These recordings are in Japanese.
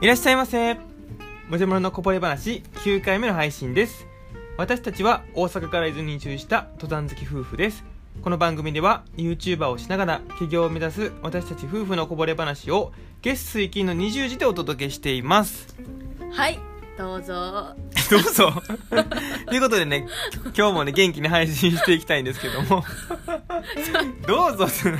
いらっしゃいませもじゃもろのこぼれ話9回目の配信です私たちは大阪から伊豆に移住した登山好き夫婦ですこの番組では YouTuber をしながら起業を目指す私たち夫婦のこぼれ話を月水金の20時でお届けしていますはいどう ぞどうぞということでね今日もね元気に配信していきたいんですけどもどうぞって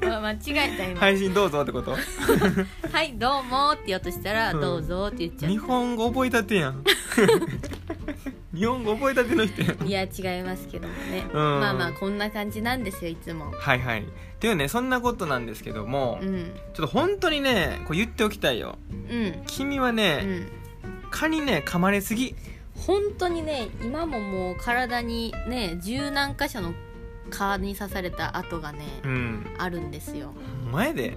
何あ間違えた今はい、配信どうぞってことどうもって言おうとしたら、うんどうぞって言っちゃ日本語覚えたてやん日本語覚えたての人やんういや違いますけどもね、んまあまあこんな感じなんですよいつもはいはいっていうねそんなことなんですけども、うちょんっと本当にねこう言っておきたいようん君はうね、ん蚊にね噛まれすぎ本当にね今ももう体にね十何箇所の蚊に刺された跡がね、うんあるんですよ前で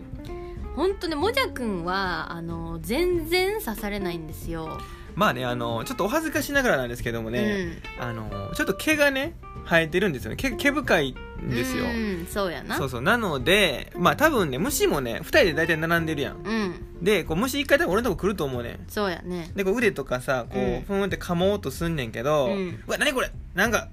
本当ねもじゃくんはあの全然刺されないんですよ、まあねあのちょっとお恥ずかしながらなんですけどもね、あのちょっと毛がね生えてるんですよね毛毛深いうんんですようんそうやなそうそうなのでまあ多分ね虫もね2人で大体並んでるやんうんでこう虫1回多分俺のとこ来ると思うねんそうやねでこう腕とかさこう、うんふんって噛もうとすんねんけど、ううんわ何これなんか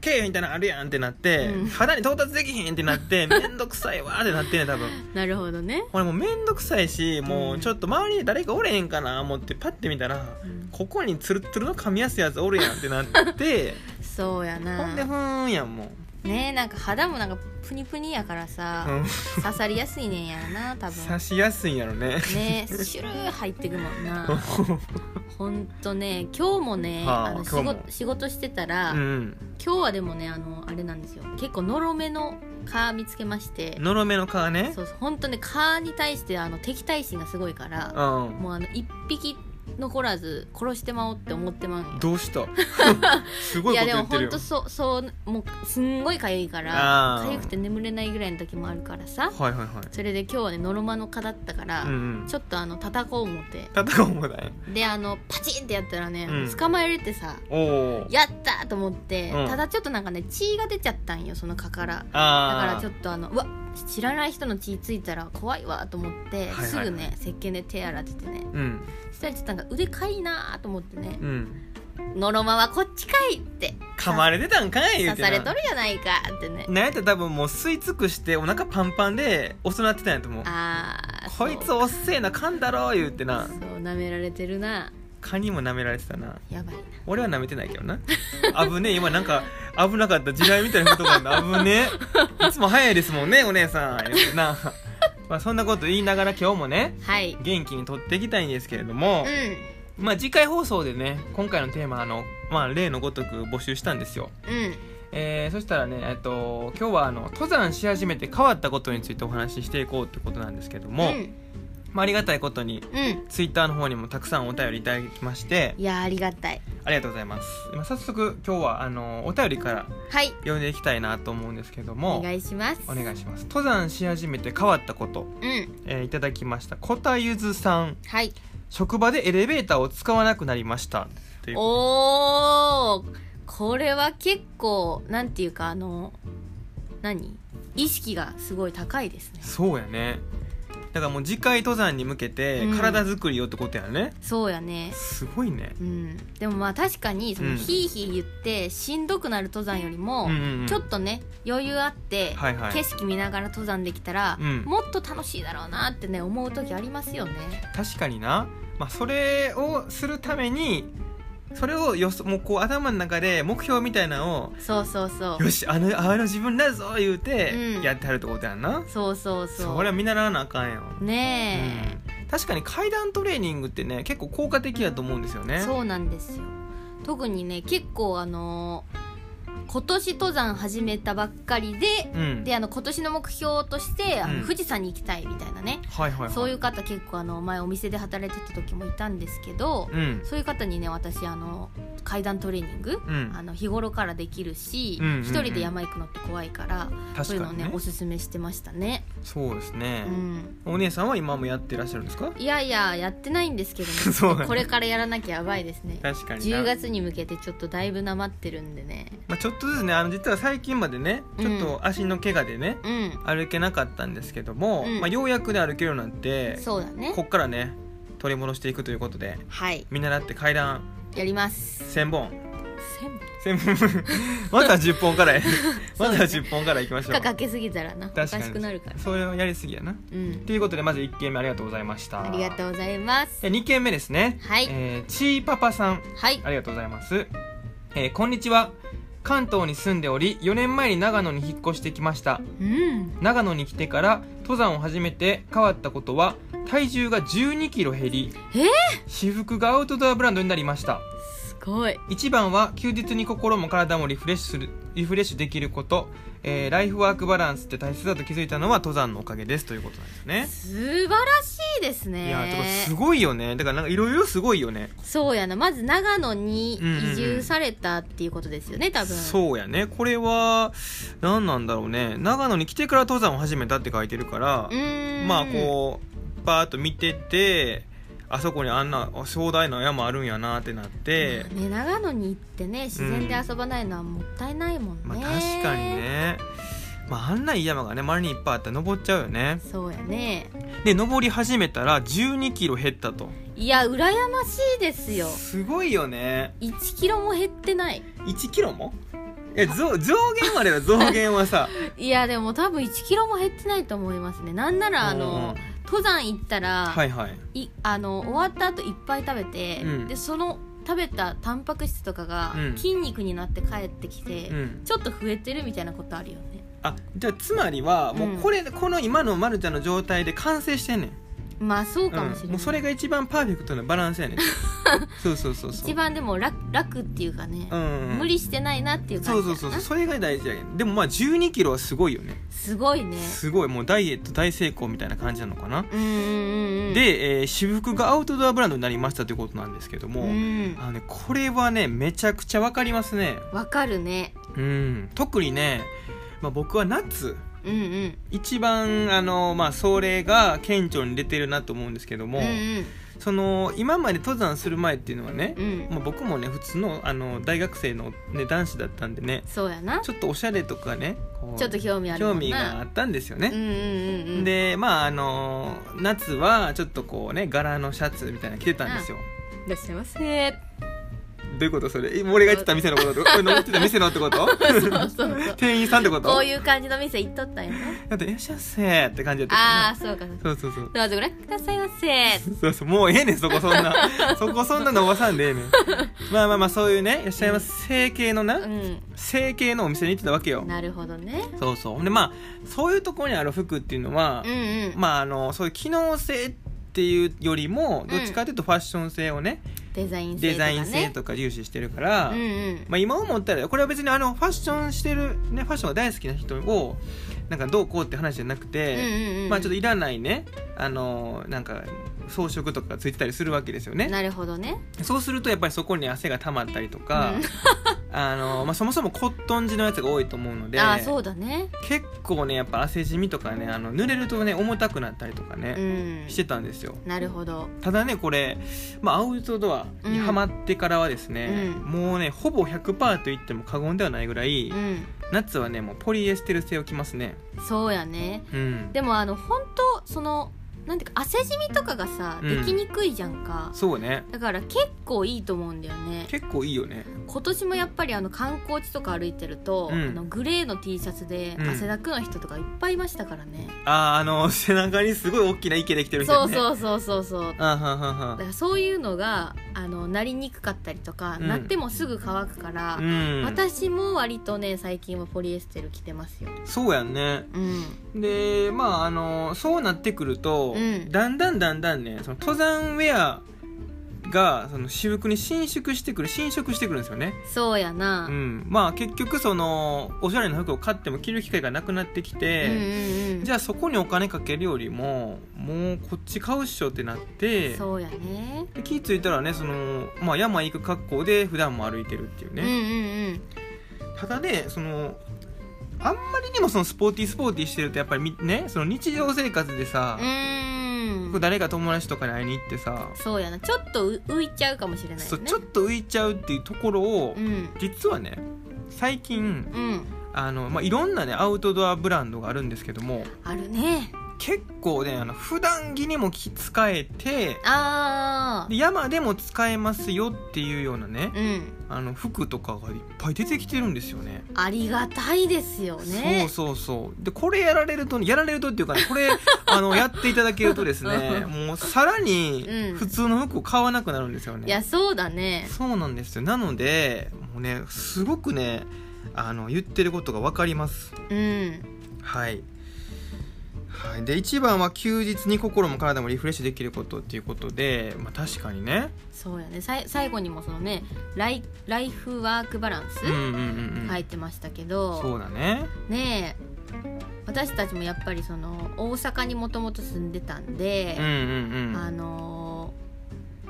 毛みたいなのあるやんってなって、うん肌に到達できへんってなって めんどくさいわーってなってんねん多分なるほどね俺もうめんどくさいしもうんうちょっと周りに誰かおれへんかな思ってパッて見たら、んここにツルッツルの噛みやすいやつおるやんってなって そうやほんでふーなんやんもう、ねえなんか肌もなんかプニプニやからうさ、ん、刺さりやすいねんやろな多分刺しやすいんやろねねえシュルー入ってくも んなほんとね今日もね、はああ、の仕今日も事仕事してたら、うん今日はでもねあのあれなんですよ結構のろめの蚊見つけましてのろめの皮ねそうそう本当ね蚊に対してあの敵対心がすごいから、うんもうあの一匹残らず殺してまおうって思ってまうんよどうした すごいいことやで言もってる本よ当そうそうもうすんごいかゆいからあーかゆくて眠れないぐらいの時もあるからさはいはいはいそれで今日はねノロマの蚊だったから、うんうんちょっとあの叩こう思って叩こうもないであのパチンってやったらね、うん捕まえれてさおおやったーと思って、うんただちょっとなんかね血が出ちゃったんよその蚊からだかあらちょっとあのうわ知らない人の血ついたら怖いわと思って、はいはいすぐね石鹸で手洗っててねうんそしたらちょっとなんか腕かいなーと思ってねうん「のろまはこっちかい!」って噛まれてたんかい言うて刺さなれとるやないかってねなんやったら多分もう吸い尽くしてお腹パンパンでおすなってたんやと思うあーこいつそうおっせえな噛んだろ言うてなそう舐められてるな蚊にも舐められてたなやばいな俺は舐めてないけどな危ねえ今なんか危なかった時代みたいなことがあるな危ねえいつも早いですもんねお姉さん言うてなまあそんなこと言いながら今日もねはいうん元気に撮っていきたいんですけれども、まあ次回放送でね今回のテーマあの、まあ、例のごとく募集したんですようんえーそしたらね、えっと、今日はあの登山し始めて変わったことについてお話ししていこうってことなんですけども、うん、まあ、ありがたいことにうん、ツイッターの方にもたくさんお便りいただきましていやありがたいありがとうございます、まあ、早速今日はあのお便りからはい読んでいきたいなと思うんですけどおも願いしますお願いします登山し始めて変わったこと、うんえーいただきましたこたゆずさんはい職場でエレベーターを使わなくなりましたというおーこれは結構なんていうかあの何意識がすごい高いですねそうやねだからもう次回登山に向けてうん体作りよってことやね、そうやねすごいねうんでもまあ確かにそのうんヒーヒー言ってしんどくなる登山よりも、うんうんうんちょっとね余裕あって、はいはい景色見ながら登山できたら、うんもっと楽しいだろうなってね思う時ありますよね確かにな、まあ、それをするためにそれをよそもうこう頭の中で目標みたいなのそうそうそうをよしあのあの自分になるぞ言ううてんやってはるってことやんな、そうそうそうそりゃ見習わなあかんよ、ねうん確かに階段トレーニングってね結構効果的やと思うんですよえ、ねそうなんですよ特にね結構あのー今年登山始めたばっかりで、うんであの今年の目標としてあの、うん富士山に行きたいみたいなね、はいはいはいそういう方結構あの前お店で働いてた時もいたんですけど、うんそういう方にね私あの階段トレーニング、うんあの日頃からできるし一、うんうんうん人で山行くのって怖いからそ確ういうかのをにねねおすすめしてましたね、そうですねう、ん、お姉さんは今もやってらっしゃるんですかいやいややってないんですけど そうも、なんだこれからやらなきゃやばいですね確かにな10月に向けてちょっとだいぶなまってるんでねまあ、ちょっとずつねあの実は最近までねちょっと足の怪我でね、うん歩けなかったんですけども、うんまあ、ようやくね歩けるようになってそうだねこっからね取り戻していくということではい見習って階段やります1000本千1000本 まずは10本からやまずはそう10本からいきまし負ょう荷かけすぎたらなおか確かにしくなるからそれはやりすぎやなうんということでまず1軒目ありがとうございましたありがとうございます2軒目ですねはいえーちーパパさんはいありがとうございます、えーこんにちは関東に住んでおり4年前に長野に引っ越してきましたうん長野に来てから登山を始めて変わったことは体重が1 2キロ減り、えー私服がアウトドアブランドになりましたすごい一番は休日に心も体もリフレッシュするリフレッシュできること、えーライフワークバランスって大切だと気づいたのは登山のおかげですということなんですね素晴らしいですねいやーてかすごいよねだからなんかいろいろすごいよねそうやなまず長野に移うんうん住されたっていうことですよね多分そうやねこれは何なんだろうね長野に来てから登山を始めたって書いてるからうーんまあこうパーッと見ててあそこにあんなあ壮大な山あるんやなってなってまあね、長野に行ってね自然で遊ばないのはもったいないもんね、まあ確かにねまああんないい山がね周りにいっぱいあったら登っちゃうよねそうやねで登り始めたら1 2キロ減ったといや羨ましいですよすごいよね1キロも減ってない1キロもいや増上限はあれば増減はさいやでも多分1キロも減ってないと思いますねなん ならあのうん登山行ったら、はいはいいあの終わった後いっぱい食べて、うんでその食べたタンパク質とかがうん筋肉になって帰ってきて、うんちょっと増えてるみたいなことあるよねあじゃあつまりはもうこれ、この今のまるちゃんの状態で完成してんねんまあそうかもしれない、うん、もうそれが一番パーフェクトなバランスやね んそうそうそうそう一番でも楽楽っていうかね、うんうん無理してないなっていう感そうじだそうなそうそうそれが大事やけどでもまあ1 2キロはすごいよねすごいねすごいもうダイエット大成功みたいな感じなのかな、うんうんうんで、えー私服がアウトドアブランドになりましたということなんですけども、うんあのね、これはねめちゃくちゃわかりますねわかるねうん特にね、まあ、僕は夏うんうん一番あのまあそれが顕著に出てるなと思うんですけども、うんうんその今まで登山する前っていうのはね、うんまあ、僕もね普通のあの大学生の、ね、男子だったんでねそうやなちょっとおしゃれとかねこうちょっと興味あるも興んな味があったんですようんね、うんうんうんでまああの夏はちょっとこうね柄のシャツみたいなの着てたんですよ、いらっしゃいませどういうことそれ今俺が行ってた店の こと俺の行ってた店のってことそうそうそう店員さんってことこういう感じの店行っとったんやなだって「いらっしゃいませ」って感じだったあよねーそうかそうかそうそうそうどうぞご覧くださいま せそうそうもうええねんそこそん なそこそんな伸ばさんでええねんまあまあまあそういうねいらっしゃいませ系のなう整形のお店に行ってたわけよんなるほどねそうそうほんでまあそういうところにある服っていうのはうん、うんまああのそういう機能性っていうよりもどっちかというとファッション性をね、デザイン性デとザかねイン性とか重視してるから、うんうんまあ、今思ったらこれは別にあのファッションしてる、ね、ファッションが大好きな人をなんかどうこうって話じゃなくうんうて、んうんまあちょっといらないねあのなんか装飾とかついてたりするわけですよねなるほどねそうするとやっぱりそこに汗が溜まったりとか、うん あのまあ、そもそもコットン地のやつが多いと思うのでああそうだね結構ねやっぱ汗じみとかねあの濡れるとね重たくなったりとかうね、んしてたんですよなるほどただねこれ、まあ、アウトドアにハマってからはですね、うんもうねほぼ100%と言っても過言ではないぐらい、うん夏はねもうポリエステル製を着ますねそうやねうんでもあの本当そのなんていうか汗じみとかがさうんできにくいじゃんか、そうねだから結構いいと思うんだよね結構いいよね今年もやっぱりあの観光地とか歩いてると、うんあのグレーの T シャツでうん汗だくの人とかいっぱいいましたからね、あーあの 背中にすごい大きな池できてる人そようねそうそうそうそうあはんはんはんはだからそういうのがあのなりにくかったりとか、うんなってもすぐ乾くから、んうん私も割とね最近はポリエステル着てますよそうやんねうんでまああのそうなってくると、うんだんだんだんだんねその登山ウェアがその私服に伸縮してくる伸縮してくるんですよね、そうやな、ううんん、まあ結局そのおしゃれな服を買っても着る機会がなくなってきうんて、うんじゃあそこにお金かけるよりももうこっち買うっしょってなってそうやねで気付いたらねその、まあ、山行く格好で普段も歩いてるっていううんうんね、ただねそのあんまりにもそのスポーティースポーティーしてるとやっぱりみねその日常生活でさ、うんう僕ん誰か友達とかに会いに行ってさ、そうやなちょっとう浮いちゃうかもしれないよねそうちょっと浮いちゃうっていうところを、うん実はね最近うんあの、まあ、いろんなねアウトドアブランドがあるんですけどもあるね結構ねあの普段着にもき使えてあで山でも使えますよっていうようなねーうんあの服とかがいっぱい出てきてるんですよね。ありがたいですよねそうそうそうでこれやられるとやられるとっていうか、ね、これあ のやっていただけるとですねもうさらにうん普通の服を買わなくなるんですよね。いやそうだねそうなんですよなのでもうねすごくねあの言ってることが分かりますうんはい、はい、で一番は休日に心も体もリフレッシュできることっていうことで、まあ、確かにねそうやねさい最後にもそのねライライフワークバランスうんうんうんうん入ってましたけど、そうだねねえ私たちもやっぱりその大阪にもともと住んでたんでうん、うんうあんの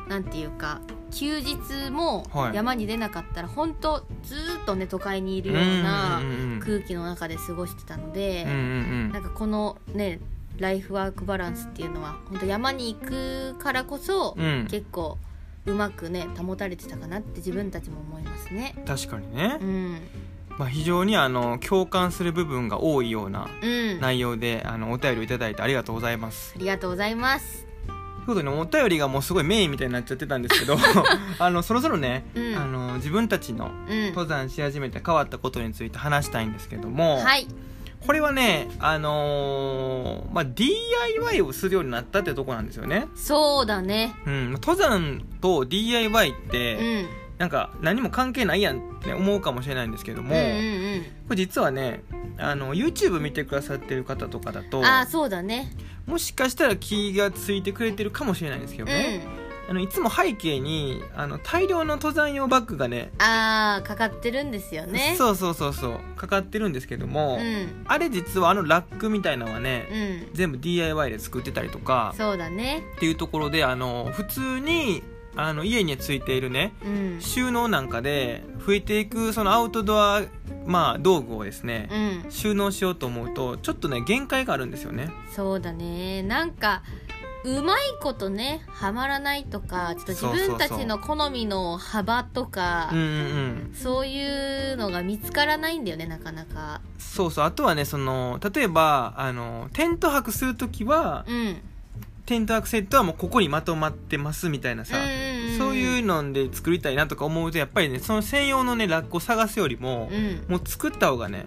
ーなんていうか休日もはい山に出なかったら、本当ずーっとね都会にいるうんよううんなうん空気の中で過ごしてたのでうんう、んなんかこのねライフワークバランスっていうのは本当山に行くからこそ、うんうん結構うまくね保たれてたかなって自分たちも思いますね。確かにねう、ん、まあ、非常にあの共感する部分が多いようなうん、あ内容であのお便りをいただいてありがとうございます。りがとうございます。ということでねお便りがもうすごいメインみたいになっちゃってたん ですけどあのそろそろね、うんあの自分たちのうん、登山し始めて変わったことについて話したいんですけども、はい、これはね、あのーまあ、DIY をするようになったってとこなんですよね、そうだね。うん、登山と DIY っうて、ん、うんなんか何も関係ないやんって思うかもしれないんですけども、うんこれ実はねあの YouTube 見てくださってる方とかだうとん。ああ、そうだね。もしかしたら気がついてくれてるかもしれないんですけどね、あのいつも背景にあの大量の登山用バッグがねうん、ああ、かかってるんですよね。う。そうそうそうそうかかってるんですけども、ん、あれ実はあのラックみたいなのはね、うん、全部 DIY で作ってたりとかそうだね。っていうところであの普通にあの家についているねうん、収納なんかで増えていくそのアウトドア、まあ、道具をですね、うん、収納しようと思うとちょっとね限界があるんですよねそうだね。なんか。うまいことねはまらないとかちょっと自分たちの好みの幅とかうんうんうんそういうのが見つからないんだよねなかなかそうそうあとはねその例えばあのテント泊する時はうんテント泊セットはもうここにまとまってますみたいなさ、そういううので作りたいなとか思うとやっぱりねその専用のねラックを探すよりもん、うんもう作った方がね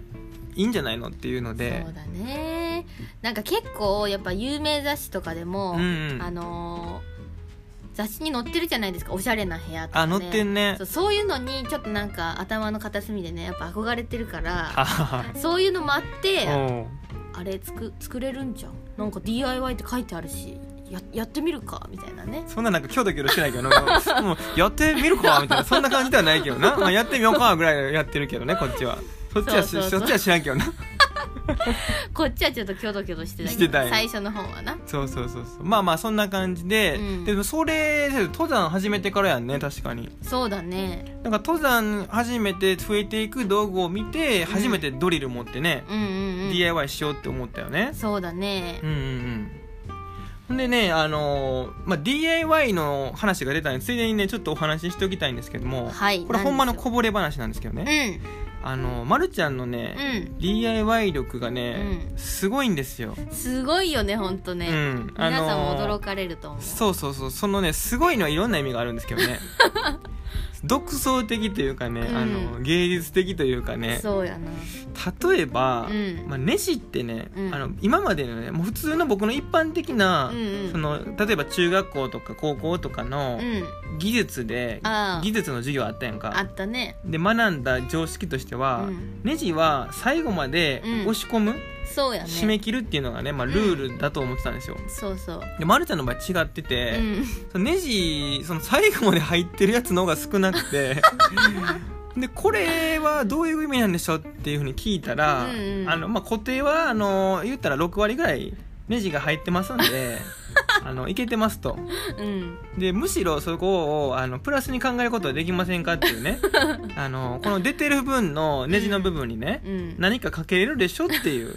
いいんじゃないのっていうのでそうだねなんか結構やっぱ有名雑誌とかでも、うんうんあのー雑誌に載ってるじゃないですかおしゃれな部屋とか、あね、乗ってんねそうそういうのにちょっとなんか頭の片隅でねやっぱ憧れてるからあははそういうのもあっておうあれつく作れるんじゃんなんか DIY って書いてあるしややってみるかみたいなねそんななんかキョロキョロしてないけどなもうやってみるかみたいなそんな感じではないけどな、まあ、やってみようかぐらいやってるけどねこっちはそっちはしそうそそうそうっちは知らんけどなこっちはちょっとキョドキョドしてたしけてどたんや最初の方はなそうそうそうそうまあまあそんな感じで、うんでもそれ登山始めてからやんね確かにそうだねなんか登山始めて増えていく道具を見て初めてドリル持ってね、うんうんうん DIY しようって思ったよねそうだねうんうんうんほんでね、あのーまあ、DIY の話が出たんでついでにねちょっとお話ししておきたいんですけども、はいこれほんまのここぼれ話なんですけどうね、んあのーまるちゃんのね、う DIY 力がね、うすごいんですよ、んすごいよねほんとね、うん皆さんもあのー驚かれると思う、そうそうそうそのねすごいのはいろんな意味があるんですけ どね独創的というかね、うんあの芸術的というかねそうやな例えば、うんまあ、ネジってね、うんあの今までのねもう普通の僕の一般的な、うんうんその例えば中学校とか高校とかのうん技術で、あ技術の授業あったやんああかったねで学んだ常識としては、うんネジは最後までうん押し込む、そうや締ねめ切るっていうのがね、まあ、ルールだと思ってたんですよ、そうそう、でまるちゃんの場合違ってて、そのネジその最後まで入ってるやつの方が少なく てでこれはどういう意味なんでしょうっていうふうに聞いたら、うんうんあのまあ、固定はあの言ったら6割ぐらいネジが入ってますん であのいけてますとうんうんでむしろそこをあのプラスに考えることはできませんかっていう ねあのこの出てる分のネジの部分にね、うん何かかけれるでしょって いう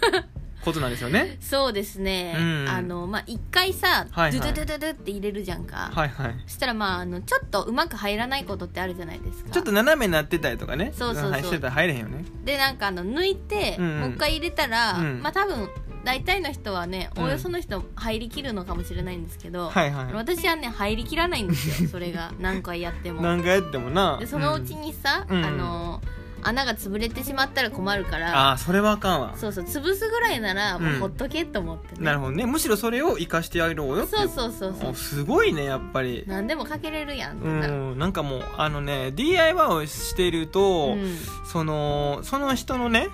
ことなんですよねそうですね、うんあのまあ一回さ、はいはいドゥドゥドゥドゥドゥって入れるじゃんか、はいはいそしたらまああのちょっとうまく入らないことってあるじゃないですかちょっと斜めになってたりとかねそうそうそうはいしてたら入れへんよねでなんかあの抜いて、うんうんもう一回入れたら、うんまあ多分大体の人はねうおんおよその人入りきるのかもしれないんですけど、はいはい私はね入りきらないんで すよそれが何回やっても何回やってもなでそのうちにさ、うんあの穴が潰れてしまったら困るかうんらああそれはあかんわそうそう潰すぐらいならもううんほっとけと思ってね、なるほどねむしろそれを生かしてやろうよってそうそうそうそうおすごいねやっぱり何でもかけれるやんってうなる、んなんかもうあのね DIY をしていると、うんそのその人のね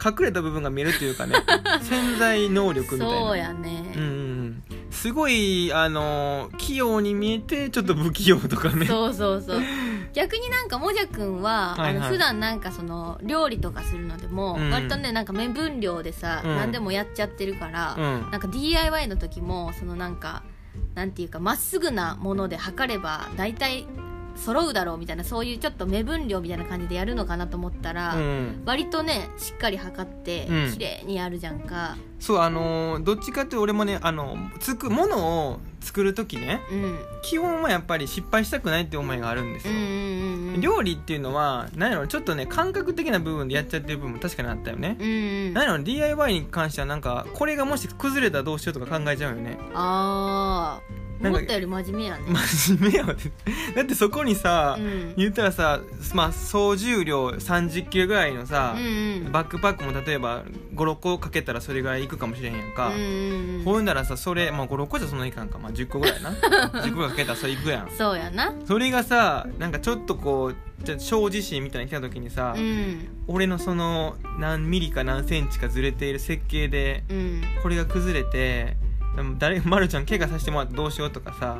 隠れた部分が見えるという かね潜在能力みたいなそうやねうん、うんうん、すごいあの器用に見えてちょっと不器用とかねそうそうそう逆になんかもじゃくんは、はいはいあの普段なんかその料理とかするのでも、うん割とねなんか目分量でさ、うん何でもやっちゃってるから、んなんか DIY の時もそのなんかなんていうかまっすぐなもので測れば大体揃うだろうみたいなそういうちょっと目分量みたいな感じでやるのかなと思ったら、うん、割とねしっかり測ってうん綺麗にやるじゃんか、そうあのどっちかっていうと俺もねあのつくものを作る時ねうん、うん基本はやっぱり失敗したくないって思いがあるんですうんよ、うんうん料理っていうのは何やろちょっとね感覚的な部分でやっちゃってる部分も確かにあったよね、うんうん何やろ DIY に関してはなんかこれがもし崩れたらどうしようとか考えちゃうよねあーなんか思ったより真面目やね真面目よって だってそこにさ、うん言ったらさ、まあ、総重量3 0キロぐらいのさうん、うんバックパックも例えば56個かけたらそれぐらいいくかもしれんやんか、うんうんうんほんならさそれ、まあ、56個じゃそんないかんか、まあ、10個ぐらいな 10個かけたらそれいくやんそうやなそれがさなんかちょっとこうじゃ小地震みたいに来た時にさ、うん俺のその何ミリか何センチかずれている設計でうんこれが崩れてでも誰まるちゃん怪我させてもらってどうしようとかさ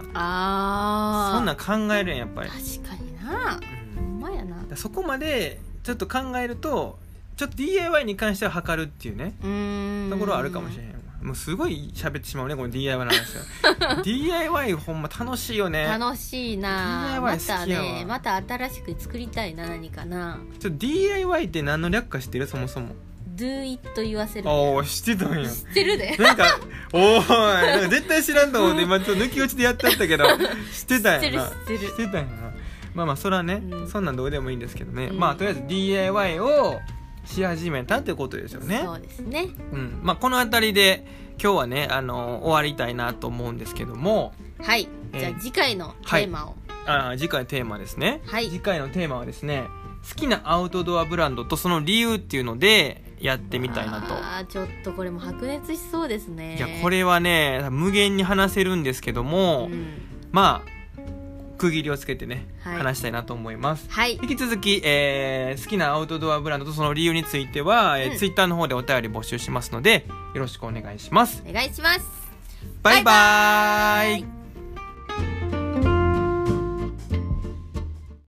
あーそんなん考えるやんやっぱり、確かになうんほんまやなだからそこまでちょっと考えるとちょっと DIY に関しては測るっていうねうーんところはあるかもしれへんわもうすごい喋ってしまうねこの DIY の話 は DIY ほんま楽しいよね楽しいな DIY ま好きやわたねまた新しく作りたいな何かなちょっと DIY って何の略か知ってるそもそも Do it 言わせるああ知ってたんや知ってるでなんかおーいなんか絶対知らんと思って今ちょっと抜き落ちでやっちゃっ たけど知ってたんやな知ってる知ってるたんやなまあまあそれはね、うんそんなんどうでもいいんですけどね、うんまあとりあえず DIY をし始めたってことですよねそうですねうんまあ、この辺りで今日はね、あの終わりたいなと思うんですけどもはいえーじゃあ次回のテーマをあー次回のテーマですね、はい次回のテーマはですね好きなアウトドアブランドとその理由っていうのでやってみたいなと。あーちょっとこれも白熱しそうですねいやこれはね無限に話せるんですけども、うんまあ区切りをつけてね、はい話したいなと思いますはい引き続き、えー好きなアウトドアブランドとその理由については、えーうんツイッターの方でお便り募集しますのでよろしくお願いしますお願いしますバイババイーバイイ